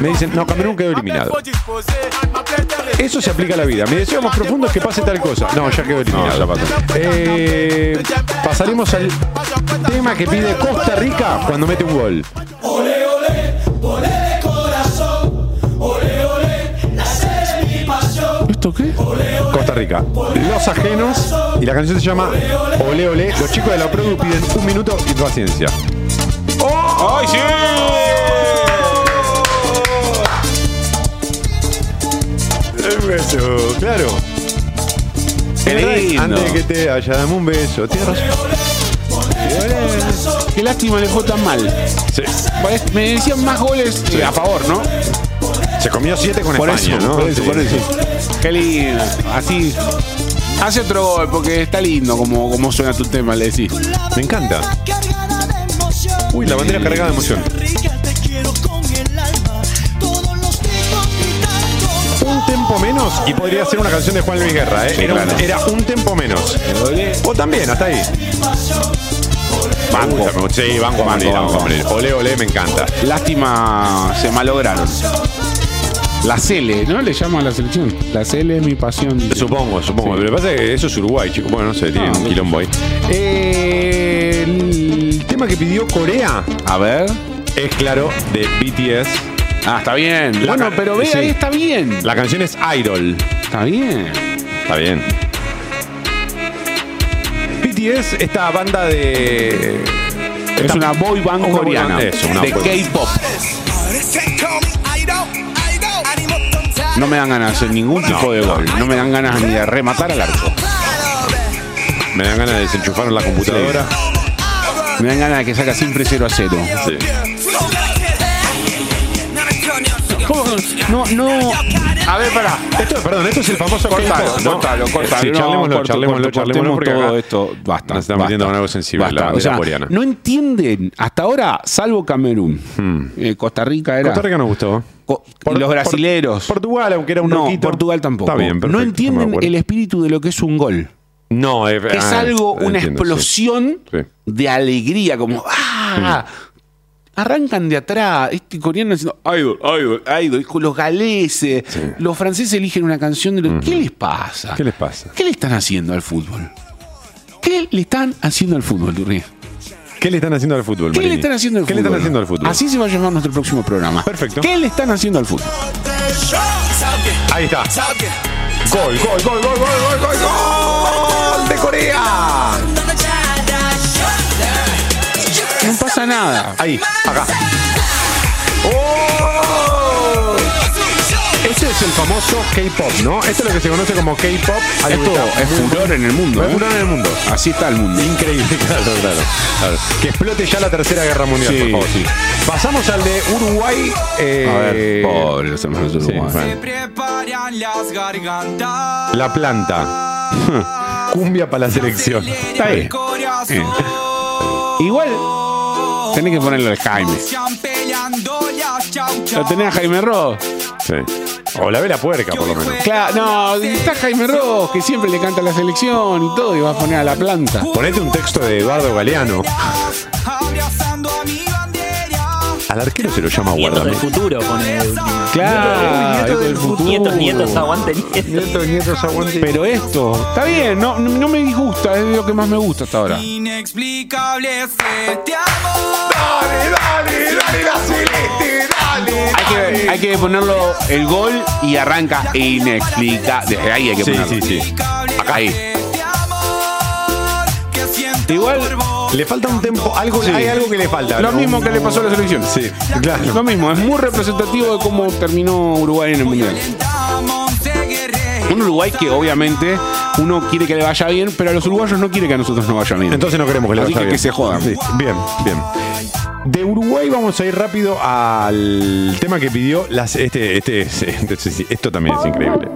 Speaker 2: Me dicen, no, Camerún quedó eliminado. Eso se aplica a la vida. Mi deseo más profundo es que pase tal cosa. No, ya quedó eliminado.
Speaker 3: No, ya pasó.
Speaker 2: Eh, pasaremos al tema que pide Costa Rica cuando mete un gol.
Speaker 6: Ole, ole, ole de corazón. Ole, ole, la sed es mi pasión.
Speaker 3: ¿Esto qué?
Speaker 2: Costa Rica. Los ajenos. Y la canción se llama Ole Ole. Los chicos de la Produ piden un minuto y paciencia. ¡Oh!
Speaker 3: ¡Ay, sí!
Speaker 2: ¡Oh! Claro.
Speaker 3: Qué
Speaker 2: El rey,
Speaker 3: lindo.
Speaker 2: antes de que te vaya, dame un beso. Tienes razón.
Speaker 3: Qué lástima le fue tan mal. Pues,
Speaker 2: Se,
Speaker 3: Me decían más goles eh, a favor, ¿no?
Speaker 2: se comió siete con España, ¿no? Sí.
Speaker 3: Qué lindo. Así. Hace otro gol porque está lindo como, como suena tu tema, le decís.
Speaker 2: Me encanta. Uy, la bandera cargada de emoción. Un tempo menos y podría ser una canción de Juan Luis Guerra, ¿eh? Era un,
Speaker 3: claro.
Speaker 2: era un tempo menos. O también, hasta ahí.
Speaker 3: Banco.
Speaker 2: Banco. Sí, banco,
Speaker 3: Banco,
Speaker 2: banco,
Speaker 3: banco.
Speaker 2: Ole, ole, me encanta.
Speaker 3: Lástima, se malograron. La Cele, ¿no? Le llama a la selección. La Cele es mi pasión.
Speaker 2: Supongo, supongo.
Speaker 3: Sí.
Speaker 2: Pero pasa que eso es Uruguay, chicos. Bueno, no sé, tienen
Speaker 3: No,
Speaker 2: un
Speaker 3: no.
Speaker 2: quilombo ahí. Eh, el tema que pidió Corea
Speaker 3: A ver.
Speaker 2: es claro de BTS.
Speaker 3: Ah, está bien.
Speaker 2: La
Speaker 3: bueno,
Speaker 2: ca-
Speaker 3: pero ve
Speaker 2: sí.
Speaker 3: ahí, está bien.
Speaker 2: La canción es Idol.
Speaker 3: Está bien.
Speaker 2: Está bien. BTS, esta banda de.
Speaker 3: Es una boy band
Speaker 2: Una boy
Speaker 3: coreana.
Speaker 2: band, eso, una
Speaker 3: de
Speaker 2: boy band.
Speaker 3: K-pop. no me dan ganas de hacer ningún tipo de gol. No me dan ganas ni de rematar al arco.
Speaker 2: Me dan ganas de desenchufar la computadora.
Speaker 3: Me dan ganas de que saca siempre 0 a 0.
Speaker 2: Sí.
Speaker 3: No, no. A ver, pará.
Speaker 2: Esto, perdón, esto es el famoso
Speaker 3: Cortalo,
Speaker 2: K-pop, ¿no?
Speaker 3: cortalo, cortalo.
Speaker 2: Sí,
Speaker 3: No,
Speaker 2: charlémoslo, charlémoslo,
Speaker 3: corto, corto,
Speaker 2: charlémoslo,
Speaker 3: cortemos
Speaker 2: porque
Speaker 3: todo
Speaker 2: acá
Speaker 3: esto. Basta.
Speaker 2: nos estamos
Speaker 3: basta,
Speaker 2: metiendo en algo sensible,
Speaker 3: basta.
Speaker 2: la bandera
Speaker 3: O sea,
Speaker 2: coreana.
Speaker 3: No entienden. Hasta ahora, salvo Camerún, eh, Costa Rica era.
Speaker 2: Hmm. Costa Rica nos gustó.
Speaker 3: Co- y
Speaker 2: Por-
Speaker 3: los brasileros.
Speaker 2: Por- Portugal, aunque era un
Speaker 3: no,
Speaker 2: loquito.
Speaker 3: Portugal tampoco.
Speaker 2: Está bien, perfecto,
Speaker 3: no
Speaker 2: me
Speaker 3: entienden
Speaker 2: acuerdo.
Speaker 3: el espíritu de lo que es un gol.
Speaker 2: No, eh,
Speaker 3: es
Speaker 2: ah,
Speaker 3: algo, una
Speaker 2: entiendo, sí.
Speaker 3: explosión
Speaker 2: Sí. Hmm.
Speaker 3: de alegría, como ¡ah! Arrancan de atrás, este coreano diciendo idol, idol, idol, con los galeses, los franceses eligen una canción de los... ¿Qué les pasa?
Speaker 2: Hmm. ¿Qué les pasa?
Speaker 3: ¿Qué le están haciendo al fútbol? ¿Qué le están haciendo al fútbol, Turri?
Speaker 2: ¿Qué le están haciendo al fútbol,
Speaker 3: ¿Qué le
Speaker 2: Marini?
Speaker 3: están haciendo al
Speaker 2: ¿Qué le
Speaker 3: fútbol?
Speaker 2: están haciendo al fútbol?
Speaker 3: Así se va a llamar nuestro próximo programa.
Speaker 2: Perfecto.
Speaker 3: ¿Qué le están haciendo al fútbol?
Speaker 2: Ahí está.
Speaker 7: Gol, gol, gol, gol, gol, gol, gol, gol de Corea.
Speaker 3: No pasa nada.
Speaker 2: Ahí, acá.
Speaker 7: ¡Oh!
Speaker 2: Ese es el famoso K-pop, ¿no? Esto es lo que se conoce como K-pop.
Speaker 3: Esto es furor en el mundo.
Speaker 2: Es
Speaker 3: ¿eh?
Speaker 2: furor en el mundo.
Speaker 3: Así está el mundo.
Speaker 2: Increíble, claro, claro, claro. Que explote ya la tercera guerra mundial,
Speaker 3: Sí.
Speaker 2: por favor. sí. Pasamos al de Uruguay. eh,
Speaker 3: A ver, pobre los hermanos
Speaker 2: sí,
Speaker 3: uruguayos.
Speaker 2: bueno.
Speaker 8: Preparan las gargantas,
Speaker 2: La planta. Cumbia para la selección.
Speaker 3: Está bien.
Speaker 8: corazón,
Speaker 3: Igual tenés que ponerle al Jaime.
Speaker 8: están peleando las
Speaker 3: Lo
Speaker 8: chauchas.
Speaker 3: tenés a Jaime Ross.
Speaker 2: Sí. O la vela puerca, por lo menos.
Speaker 3: Claro, no, está Jaime Ross, que siempre le canta la selección y todo, y vas a poner a la planta.
Speaker 2: Ponete un texto de Eduardo Galeano.
Speaker 8: Abrazando a mi bandera,
Speaker 2: Al arquero se lo llama
Speaker 4: Nietos del
Speaker 2: guardameta.
Speaker 4: futuro, pone de última.
Speaker 3: Ah, Claro, nieto del futuro.
Speaker 4: Nietos, nietos, aguante nietos.
Speaker 3: Pero esto, está bien, no, no me disgusta, es lo que más me gusta hasta ahora.
Speaker 8: inexplicable este amor.
Speaker 7: Dale, dale, dale la celeste, dale.
Speaker 3: Hay que, hay que ponerlo el gol y arranca inexplica. Desde ahí hay que
Speaker 2: Sí,
Speaker 3: ponerlo.
Speaker 2: sí, sí.
Speaker 8: Inexplicable
Speaker 3: Acá ahí.
Speaker 8: este amor que siento
Speaker 3: Igual,
Speaker 8: por vos.
Speaker 2: Le falta un tempo, algo,
Speaker 3: Sí.
Speaker 2: hay algo que le falta.
Speaker 3: Lo
Speaker 2: ¿no?
Speaker 3: mismo que le pasó a la selección.
Speaker 2: Sí, claro.
Speaker 3: Lo mismo, es muy representativo de cómo terminó Uruguay en el Mundial.
Speaker 8: Lenta Monte Guerrero.
Speaker 3: Un Uruguay que obviamente uno quiere que le vaya bien, pero a los uruguayos no quiere que a nosotros nos vaya bien.
Speaker 2: Entonces no queremos que le
Speaker 3: Así
Speaker 2: vaya
Speaker 3: que
Speaker 2: bien.
Speaker 3: que se jodan.
Speaker 2: Sí, Bien, bien. De Uruguay vamos a ir rápido al tema que pidió las, este, este, es- este- sí, sí, esto también es increíble.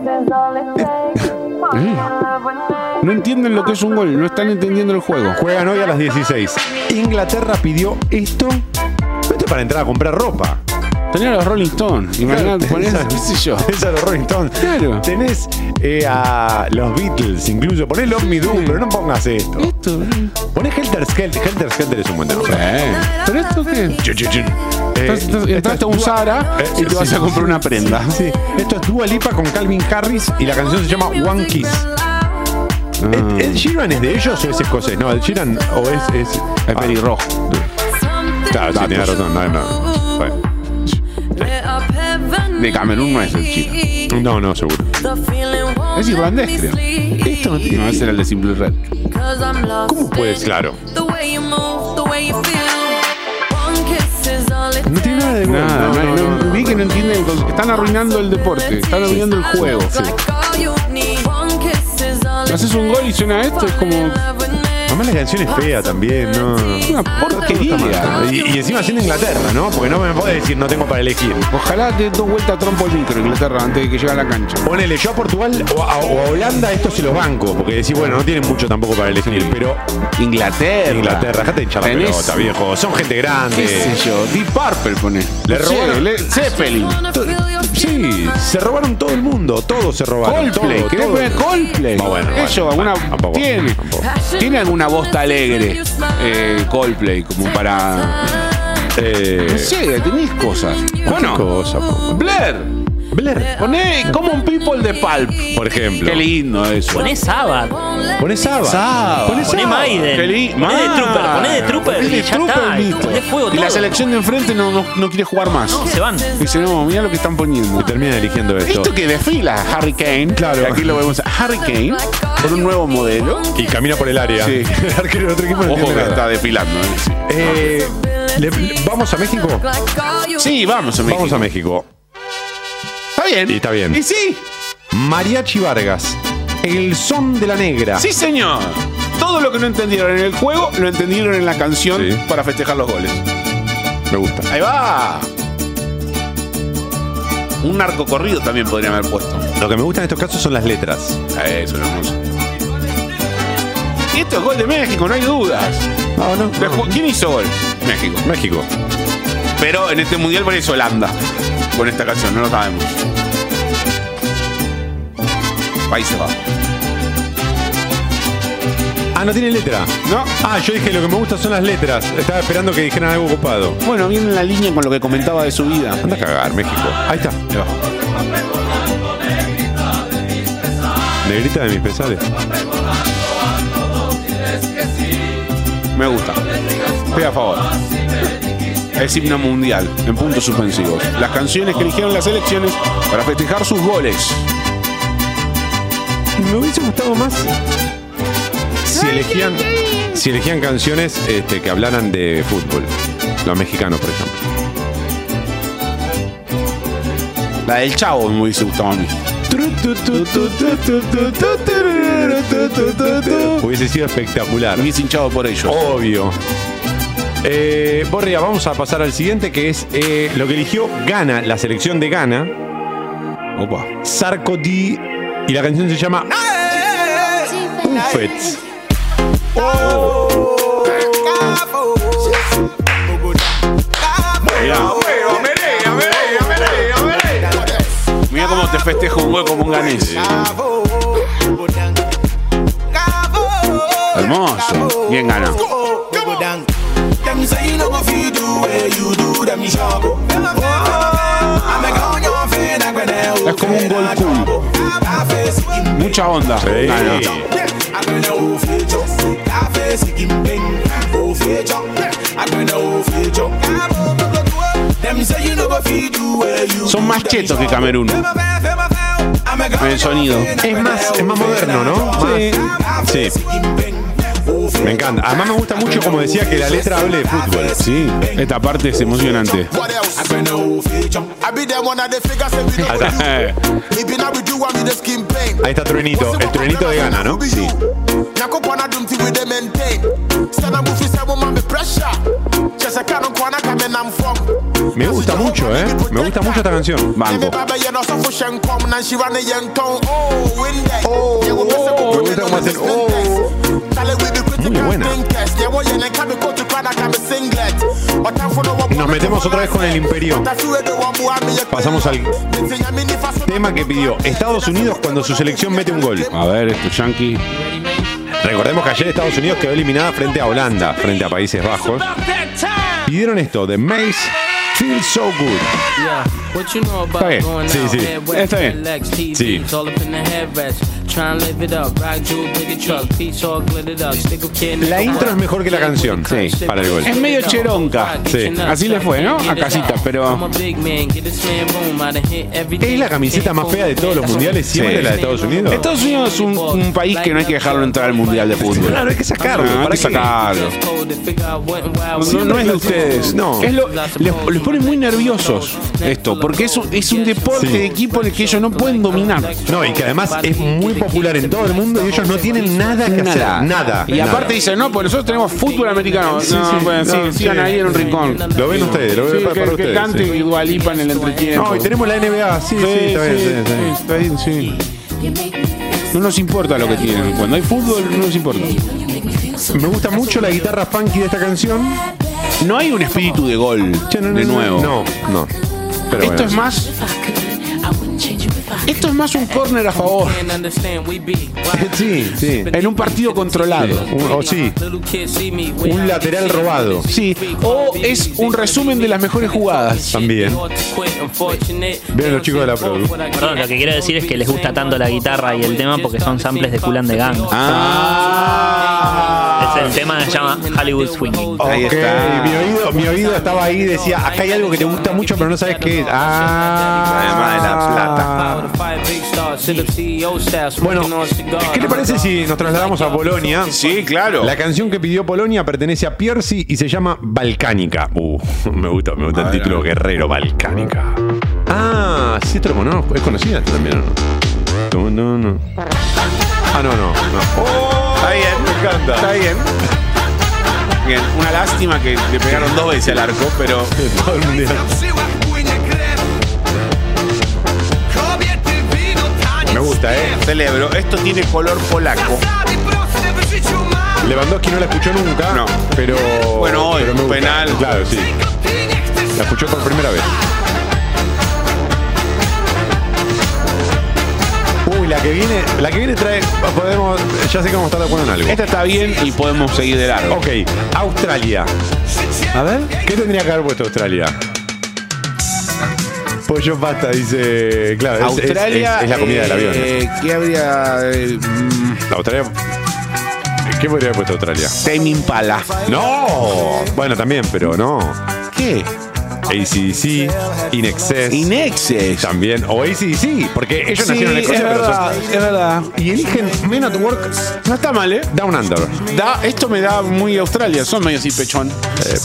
Speaker 3: no entienden lo que es un gol, no están entendiendo el juego.
Speaker 2: Juegan hoy a las 16. Inglaterra pidió esto. Esto es para entrar a comprar ropa.
Speaker 3: Tenés a los Rolling Stones, imagínate, ponés, qué sé yo.
Speaker 2: Tenés a los Rolling Stones.
Speaker 3: Claro.
Speaker 2: Tenés eh, a los Beatles, incluso. Ponés Love Me Do, pero no pongas esto.
Speaker 3: Esto,
Speaker 2: Ponés Helter Skelter. Helter Skelter es un buen tema.
Speaker 3: eh. ¿Pero esto qué?
Speaker 2: Chun, chun, chun. Eh,
Speaker 3: Entonces,
Speaker 2: esto es
Speaker 3: entraste a un
Speaker 2: Dua-
Speaker 3: Zara
Speaker 2: Eh,
Speaker 3: y te
Speaker 2: sí,
Speaker 3: vas a
Speaker 2: sí,
Speaker 3: comprar
Speaker 2: sí.
Speaker 3: una prenda.
Speaker 2: Sí, esto es Dua Lipa con Calvin Harris y la canción se llama One Kiss.
Speaker 3: Ah.
Speaker 2: ¿El, el Sheeran es de ellos o es escocés? No, el Sheeran o es... Es, Ah.
Speaker 3: Es pelirrojo.
Speaker 2: Claro, sí, tenés razón. No, no. Bueno.
Speaker 9: De Camerún no es el chino.
Speaker 2: No, no, seguro.
Speaker 9: Es irlandés, creo. Esto no tiene.
Speaker 3: No, ese era el de Simple Red.
Speaker 9: ¿Cómo puedes?
Speaker 2: Claro.
Speaker 9: No tiene nada de.
Speaker 3: Nada,
Speaker 2: No,
Speaker 3: no,
Speaker 2: no,
Speaker 3: no,
Speaker 2: no,
Speaker 3: vi que no entienden. el concepto. Están arruinando el deporte, están arruinando el juego. Haces un gol y suena esto, es como
Speaker 2: Además la canción es fea también, ¿no?
Speaker 3: una porquería.
Speaker 2: Y, y encima siendo Inglaterra, ¿no? Porque no me podés decir no tengo para elegir.
Speaker 3: Ojalá te des dos vueltas a trompo el micro Inglaterra antes de que llegue a la cancha.
Speaker 2: Ponele, yo a Portugal o a, o a Holanda esto se los banco, porque decís, bueno, no tienen mucho tampoco para elegir, pero
Speaker 3: Inglaterra.
Speaker 2: Inglaterra, dejate de hinchar la
Speaker 3: Tenés-
Speaker 2: pelota, viejo. Son gente
Speaker 3: ¿Qué sé
Speaker 2: grande.
Speaker 3: yo? Deep Purple pone.
Speaker 2: Le
Speaker 3: No
Speaker 2: robaron-
Speaker 3: sé, Le- Zeppelin.
Speaker 2: Sí, se robaron todo el mundo, todos se robaron.
Speaker 3: Coldplay.
Speaker 2: todo,
Speaker 3: ¿Querés
Speaker 2: todo.
Speaker 3: poner Coldplay?
Speaker 2: Ah, bueno,
Speaker 3: Ellos,
Speaker 2: bueno,
Speaker 3: alguna.
Speaker 2: bueno, tampoco,
Speaker 3: tiene.
Speaker 2: tampoco.
Speaker 3: Tiene alguna bosta alegre. Eh, Coldplay, como para.
Speaker 2: Eh,
Speaker 3: No sé, tenés cosas. Bueno,
Speaker 2: cosa, po.
Speaker 3: Blair.
Speaker 2: Blair,
Speaker 3: Poné Common People de Pulp.
Speaker 2: por ejemplo.
Speaker 3: Qué lindo eso.
Speaker 4: Poné Saba,
Speaker 2: Poné Saba.
Speaker 3: Saba.
Speaker 2: Poné
Speaker 4: poné
Speaker 2: Saba.
Speaker 4: Maiden,
Speaker 3: Qué li-
Speaker 4: poné de
Speaker 3: Ma.
Speaker 4: Trooper, poné de Trooper
Speaker 3: Poné
Speaker 4: y
Speaker 3: de
Speaker 4: ya
Speaker 3: Trooper,
Speaker 4: está.
Speaker 3: listo.
Speaker 4: De fuego
Speaker 3: Y
Speaker 4: todo.
Speaker 3: la selección de enfrente no, no, no quiere jugar más.
Speaker 4: No, se van.
Speaker 3: Dice, no, mira lo que están poniendo.
Speaker 2: Termina eligiendo esto.
Speaker 3: Esto que desfila Harry Kane.
Speaker 2: Claro.
Speaker 3: Aquí lo vemos. Harry Kane con un nuevo modelo.
Speaker 2: Y camina por el área.
Speaker 3: Sí.
Speaker 2: el arquero del otro equipo no
Speaker 3: Ojo
Speaker 2: entiende
Speaker 3: que
Speaker 2: nada.
Speaker 3: está desfilando. ¿eh? Sí.
Speaker 2: Eh, le- le- ¿Vamos a México?
Speaker 3: Sí, vamos a México.
Speaker 2: Vamos a México.
Speaker 3: Está Está bien.
Speaker 2: Y está bien.
Speaker 3: Y sí,
Speaker 2: Mariachi Vargas. El son de la negra.
Speaker 3: sí, señor. Todo lo que no entendieron en el juego, lo entendieron en la canción
Speaker 2: Sí.
Speaker 3: para festejar los goles.
Speaker 2: Me gusta.
Speaker 3: Ahí va. Un arco corrido también podría haber puesto.
Speaker 2: Lo que me gusta en estos casos son las letras.
Speaker 3: Ah, Eso es hermoso. Y esto es gol de México, no hay dudas.
Speaker 2: No, no.
Speaker 3: Pero, ¿Quién hizo gol? México.
Speaker 2: México.
Speaker 3: Pero en este mundial parece Holanda. Con esta canción, no lo sabemos. Países Bajos.
Speaker 2: Ah, no tiene letra.
Speaker 3: No.
Speaker 2: Ah, yo dije, lo que me gusta son las letras. Estaba esperando que dijeran algo ocupado.
Speaker 3: Bueno, viene en la línea con lo que comentaba de su vida.
Speaker 2: Anda a cagar, México. Ahí está.
Speaker 3: Ahí va.
Speaker 2: Negrita de mis pesares.
Speaker 3: Me gusta. Estoy a favor. Es himno mundial, en puntos suspensivos. Las canciones que eligieron las elecciones para festejar sus goles.
Speaker 2: Me hubiese gustado más si elegían, si elegían canciones este, que hablaran de fútbol. Los mexicanos, por ejemplo.
Speaker 3: La del Chavo me hubiese gustado a mí.
Speaker 2: Hubiese sido espectacular.
Speaker 3: Me hubiese hinchado por ello.
Speaker 2: Obvio. Eh, Borria, vamos a pasar al siguiente, que es eh, lo que eligió Ghana, la selección de Ghana,
Speaker 3: Opa.
Speaker 2: Sarkozy, y la canción se llama Buffets.
Speaker 3: Mira cómo te festejo un huevo como un ganés. Hermoso. Bien ganado.
Speaker 8: Es como un gol cool.
Speaker 3: Mucha onda. Gana.
Speaker 8: Son más chetos que Camerún.
Speaker 3: El sonido.
Speaker 2: Es más, es más moderno, ¿no? Más- Sí. Me encanta. Además me gusta mucho, como decía, que la letra hable de fútbol.
Speaker 3: Sí, esta parte es emocionante.
Speaker 2: Ahí está Truenito, el Truenito de Ghana, ¿no?
Speaker 10: Sí.
Speaker 2: Me gusta mucho, ¿eh? Me gusta mucho esta canción.
Speaker 3: Banco.
Speaker 8: Oh,
Speaker 2: Me gusta cómo hacen, oh. Muy buena. Nos metemos otra vez con el imperio. Pasamos al tema que pidió Estados Unidos cuando su selección mete un gol.
Speaker 3: A ver, esto yankee.
Speaker 2: Recordemos que ayer Estados Unidos quedó eliminada frente a Holanda, frente a Países Bajos. Pidieron esto de Mace Feel So Good.
Speaker 3: Está bien.
Speaker 2: Sí, sí.
Speaker 3: Está bien.
Speaker 2: Sí. La intro es mejor que la canción para el gol.
Speaker 3: Es medio cheronca.
Speaker 2: Sí.
Speaker 3: Así le fue, ¿no? A casita, pero.
Speaker 2: Es la camiseta más fea de todos los mundiales, siempre
Speaker 3: Sí.
Speaker 2: la de Estados Unidos.
Speaker 3: Estados Unidos es un, un país que no hay que dejarlo entrar al mundial de fútbol.
Speaker 2: Claro, hay que sacarlo,
Speaker 3: No, hay
Speaker 2: ¿para
Speaker 3: que
Speaker 2: qué?
Speaker 3: sacarlo. No, no es de ustedes.
Speaker 2: No.
Speaker 3: Es lo- les, les pone muy nerviosos esto, porque es un, es un deporte
Speaker 2: Sí.
Speaker 3: de equipo en el que ellos no pueden dominar.
Speaker 2: No, y que además es muy popular en todo el mundo y ellos no tienen nada que hacer. Nada.
Speaker 3: Y aparte dicen, no, pues nosotros tenemos fútbol americano. no, pues, sí,
Speaker 2: no,
Speaker 3: sigan
Speaker 2: sí.
Speaker 3: ahí en un rincón.
Speaker 2: Lo ven ustedes, lo ven
Speaker 3: Sí,
Speaker 2: para,
Speaker 3: que,
Speaker 2: para
Speaker 3: que
Speaker 2: ustedes.
Speaker 3: cante
Speaker 2: sí.
Speaker 3: y Dualipa en el entretiempo.
Speaker 2: No, y tenemos la NBA. Sí, sí,
Speaker 3: Sí,
Speaker 2: está bien,
Speaker 3: sí,
Speaker 2: sí, está bien.
Speaker 3: sí, está bien, sí. No nos importa lo que tienen. Cuando hay fútbol, no nos importa.
Speaker 2: Me gusta mucho la guitarra funky de esta canción.
Speaker 3: No hay un espíritu de gol, de nuevo.
Speaker 2: No, no. Pero
Speaker 3: Esto
Speaker 2: bueno.
Speaker 3: es más. Esto es más un córner a favor.
Speaker 2: Sí, sí.
Speaker 3: En un partido controlado.
Speaker 2: Un- O sí, un lateral robado.
Speaker 3: Sí. O es un resumen de las mejores jugadas.
Speaker 2: También. Vean los chicos de la Produ.
Speaker 4: Perdón, lo que quiero decir es que les gusta tanto la guitarra y el tema porque son samples de Kulan de Gang.
Speaker 3: Ah.
Speaker 4: Es el tema que se llama Hollywood Swinging.
Speaker 3: Ahí
Speaker 2: Ok,
Speaker 3: está.
Speaker 2: mi oído, mi oído estaba ahí y decía, acá hay algo que te gusta mucho, pero no sabes qué es. Ah,
Speaker 3: Además
Speaker 2: Bueno, ¿qué le parece si nos trasladamos a Polonia?
Speaker 3: Sí, claro.
Speaker 2: La canción que pidió Polonia pertenece a Piercy y se llama Balcánica. Uh, me gusta, me gusta el título Guerrero Balcánica. Ah, sí, te lo conozco. Es conocida esta también, ¿o ¿no? No, no, no. Ah, no, no. no.
Speaker 3: Está bien.
Speaker 2: me encanta.
Speaker 3: Oh, Está bien. Bien, una lástima que le pegaron dos veces al arco, pero
Speaker 2: Todo el mundial. Me gusta, ¿eh?
Speaker 3: celebro. Esto tiene color polaco.
Speaker 2: Lewandowski no la escuchó nunca.
Speaker 3: No.
Speaker 2: Pero.
Speaker 3: Bueno, hoy,
Speaker 2: pero me gusta.
Speaker 3: penal.
Speaker 2: Claro, sí. La escuchó por primera vez. Uy, la que viene. La que viene trae. Podemos. Ya sé que vamos a estar de acuerdo en algo.
Speaker 3: Esta está bien y podemos seguir de largo.
Speaker 2: Ok, Australia. A ver, ¿qué tendría que haber puesto Australia? Pollo pasta, dice. Claro, es- es-
Speaker 3: Australia.
Speaker 2: es, es la comida del avión.
Speaker 3: eh, ¿Qué habría? Eh, mm,
Speaker 2: Australia. ¿Qué podría haber puesto Australia?
Speaker 3: Tame Impala.
Speaker 2: ¡No! Bueno, también, pero no.
Speaker 3: ¿Qué?
Speaker 2: ACDC, In Excess.
Speaker 3: Inexes.
Speaker 2: también. O ACDC, porque ellos
Speaker 3: Sí,
Speaker 2: nacieron en
Speaker 3: es
Speaker 2: Escocia, pero
Speaker 3: verdad,
Speaker 2: son-
Speaker 3: es verdad.
Speaker 2: Y eligen Men at Work
Speaker 3: No está mal, ¿eh?
Speaker 2: Down Under.
Speaker 3: Da, esto me da muy Australia, son medio así pechón.
Speaker 2: Eh,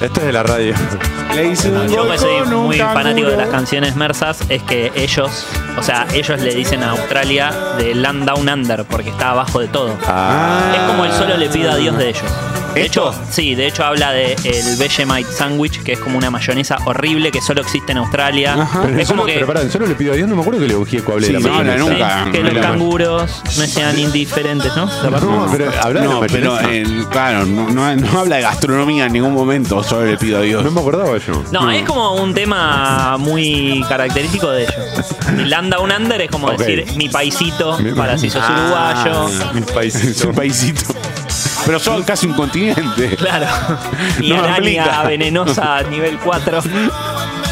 Speaker 2: Este es de la radio.
Speaker 3: Le hice un
Speaker 4: Yo
Speaker 3: gol
Speaker 4: que soy
Speaker 3: con un
Speaker 4: muy fanático de las
Speaker 3: canguro.
Speaker 4: canciones mersas es que ellos, o sea, ellos le dicen a Australia de Land Down Under porque está abajo de todo.
Speaker 2: Ah.
Speaker 4: Es como el solo le pido a Dios de ellos. De
Speaker 3: ¿Esto?
Speaker 4: hecho, sí, de hecho habla de el Vegemite Sandwich, que es como una mayonesa horrible que solo existe en Australia.
Speaker 2: Pero, en
Speaker 4: Es como
Speaker 2: solo-
Speaker 4: que,
Speaker 2: pero pará, en solo le pido a Dios, no me acuerdo que le bujé cuál
Speaker 3: Sí,
Speaker 2: la
Speaker 3: no,
Speaker 2: mayonesa.
Speaker 3: no,
Speaker 4: sí,
Speaker 3: nunca.
Speaker 4: que
Speaker 3: no
Speaker 4: los
Speaker 3: la-
Speaker 4: canguros me sean indiferentes, ¿no?
Speaker 2: No, pero hablar de
Speaker 3: No,
Speaker 2: la
Speaker 3: pero
Speaker 2: mayonesa.
Speaker 3: el- claro, no, no- no habla de gastronomía en ningún momento, solo le pido a Dios.
Speaker 2: No me acordaba yo.
Speaker 4: No,
Speaker 3: Mm.
Speaker 4: es como un tema muy característico de ellos. Y Land Down Under es como
Speaker 2: Ok.
Speaker 4: decir mi paisito
Speaker 2: Mi-
Speaker 4: para si sos
Speaker 3: Ah.
Speaker 4: uruguayo.
Speaker 2: Mi
Speaker 3: Es
Speaker 2: paisito.
Speaker 3: un paisito. Pero son casi un continente.
Speaker 4: Claro. Y
Speaker 3: No
Speaker 4: araña
Speaker 3: aplica.
Speaker 4: venenosa nivel 4.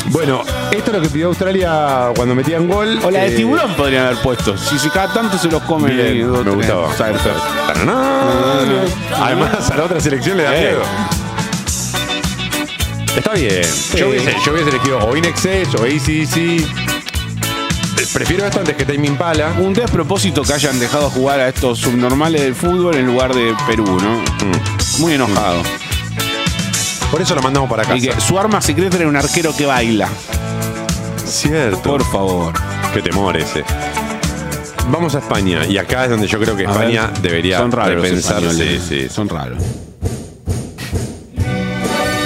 Speaker 2: Bueno, esto es lo que pidió Australia cuando metían gol.
Speaker 3: O la de
Speaker 2: Eh,
Speaker 3: tiburón podrían haber puesto. Si, si cada tanto se los come. eh,
Speaker 2: Bien,
Speaker 3: dos,
Speaker 2: me
Speaker 3: tres.
Speaker 2: gustaba.
Speaker 3: Sabe, sabe.
Speaker 2: Taranán. Además, a la otra selección le da
Speaker 3: Eh.
Speaker 2: miedo. Está bien. Yo, hubiese, yo hubiese elegido o Inexcess o ACDC. Prefiero esto antes que Tame Impala.
Speaker 3: Un despropósito que hayan dejado jugar a estos subnormales del fútbol en lugar de Perú, ¿no? Muy enojado.
Speaker 2: Por eso lo mandamos para casa.
Speaker 3: Y que su arma secreta era un arquero que baila.
Speaker 2: Cierto.
Speaker 3: Por favor.
Speaker 2: Qué temor ese. Vamos a España. Y acá es donde yo creo que
Speaker 3: A
Speaker 2: España
Speaker 3: ver,
Speaker 2: debería
Speaker 3: son raros los
Speaker 2: repensar.
Speaker 3: españoles.
Speaker 2: Sí, sí.
Speaker 3: Son raros.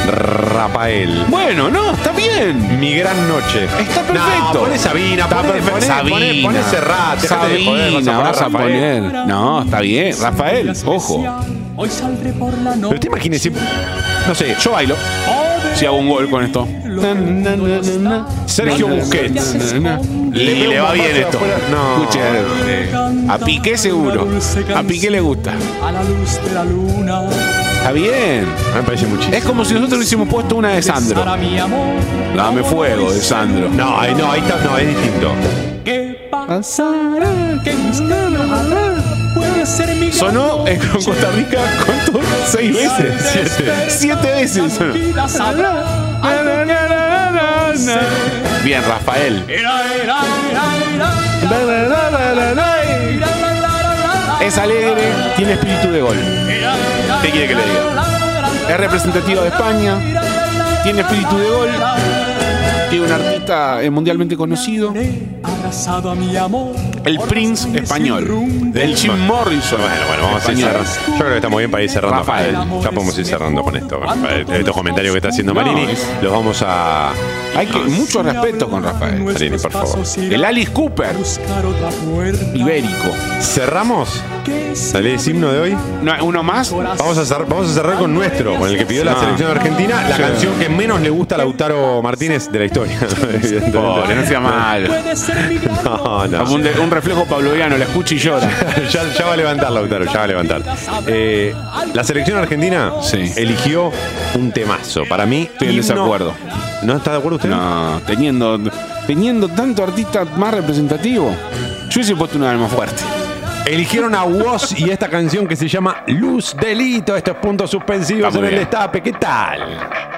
Speaker 2: Rafael.
Speaker 3: Bueno, no, está bien.
Speaker 2: Mi gran noche.
Speaker 3: Está
Speaker 2: No,
Speaker 3: perfecto.
Speaker 2: poné Sabina,
Speaker 3: Está
Speaker 2: poné,
Speaker 3: perfecto.
Speaker 2: poné, poné, poné Serrat, dejate de
Speaker 3: Sabina,
Speaker 2: joder, vas a poner
Speaker 3: vas a
Speaker 2: Rafael.
Speaker 3: poner. No, está bien. Rafael, ojo.
Speaker 2: Pero te imagines si- No sé,
Speaker 3: Yo bailo. Si hago un gol con esto.
Speaker 2: Sergio Busquets.
Speaker 3: Le,
Speaker 2: pega un
Speaker 3: le va
Speaker 2: bombazo
Speaker 3: bien
Speaker 2: de
Speaker 3: esto.
Speaker 2: afuera. No.
Speaker 3: Escuche, eh, a Piqué seguro. A Piqué le gusta.
Speaker 6: A la luz de la luna,
Speaker 3: Está bien.
Speaker 2: Me parece muchísimo.
Speaker 3: Es como si nosotros hubiésemos puesto una de Sandro.
Speaker 6: para mi amor,
Speaker 3: Dame fuego de Sandro.
Speaker 2: No, ahí no, ahí está, no, es distinto.
Speaker 6: ¿qué pasará? ¿Qué misterio habrá? Puede ser mi gran
Speaker 3: Sonó en
Speaker 6: noche.
Speaker 3: Costa Rica, ¿cuánto? Seis veces. Siete. Siete veces. sonó.
Speaker 6: Vida sabrá.
Speaker 3: Bien, Rafael.
Speaker 6: Era, era, era, era.
Speaker 3: Es alegre, tiene espíritu de gol. ¿Qué quiere que le diga? Es representativo de España, tiene espíritu de gol, tiene un artista eh, mundialmente conocido.
Speaker 6: Abrazado a mi amor.
Speaker 3: El Prince español. El Jim Morrison.
Speaker 2: Bueno, bueno, vamos a ir
Speaker 3: Español.
Speaker 2: cerrando. Yo creo que estamos bien para ir cerrando. Eh,
Speaker 3: Rafael.
Speaker 2: Ya podemos ir cerrando con esto. Rafael. Estos comentarios que está haciendo
Speaker 3: No,
Speaker 2: Marini,
Speaker 3: es-
Speaker 2: los vamos a.
Speaker 3: Hay que, Eh, mucho respeto con Rafael.
Speaker 2: Marini, por favor.
Speaker 3: El Alice Cooper,
Speaker 6: Buscar otra puerta.
Speaker 3: ibérico.
Speaker 2: ¿Cerramos?
Speaker 6: que
Speaker 2: ¿Sale el himno de hoy?
Speaker 3: No, hay ¿Uno más?
Speaker 2: Vamos a, cerrar, vamos a cerrar con nuestro, con el que pidió la
Speaker 3: Ah.
Speaker 2: selección argentina, la
Speaker 3: Sí.
Speaker 2: canción que menos le gusta a Lautaro Martínez de la historia. evidentemente.
Speaker 3: Pobre, Oh, no sea mal.
Speaker 6: Puede ser mi gran
Speaker 2: No, no.
Speaker 3: Como un, de- un reflejo pavloviano, la escucha y llora.
Speaker 2: ya, ya va a levantar, Lautaro, ya va a levantar. Eh, la selección argentina
Speaker 3: Sí.
Speaker 2: eligió un temazo. Para mí,
Speaker 3: Estoy en
Speaker 2: himno-
Speaker 3: desacuerdo.
Speaker 2: ¿No está de acuerdo usted?
Speaker 3: No, teniendo, teniendo tanto artista más representativo, yo hubiese puesto un alma fuerte.
Speaker 2: Eligieron a Woz y esta canción que se llama Luz Delito. Estos puntos suspensivos
Speaker 3: Está
Speaker 2: en
Speaker 3: muy
Speaker 2: el
Speaker 3: bien.
Speaker 2: destape. ¿Qué tal?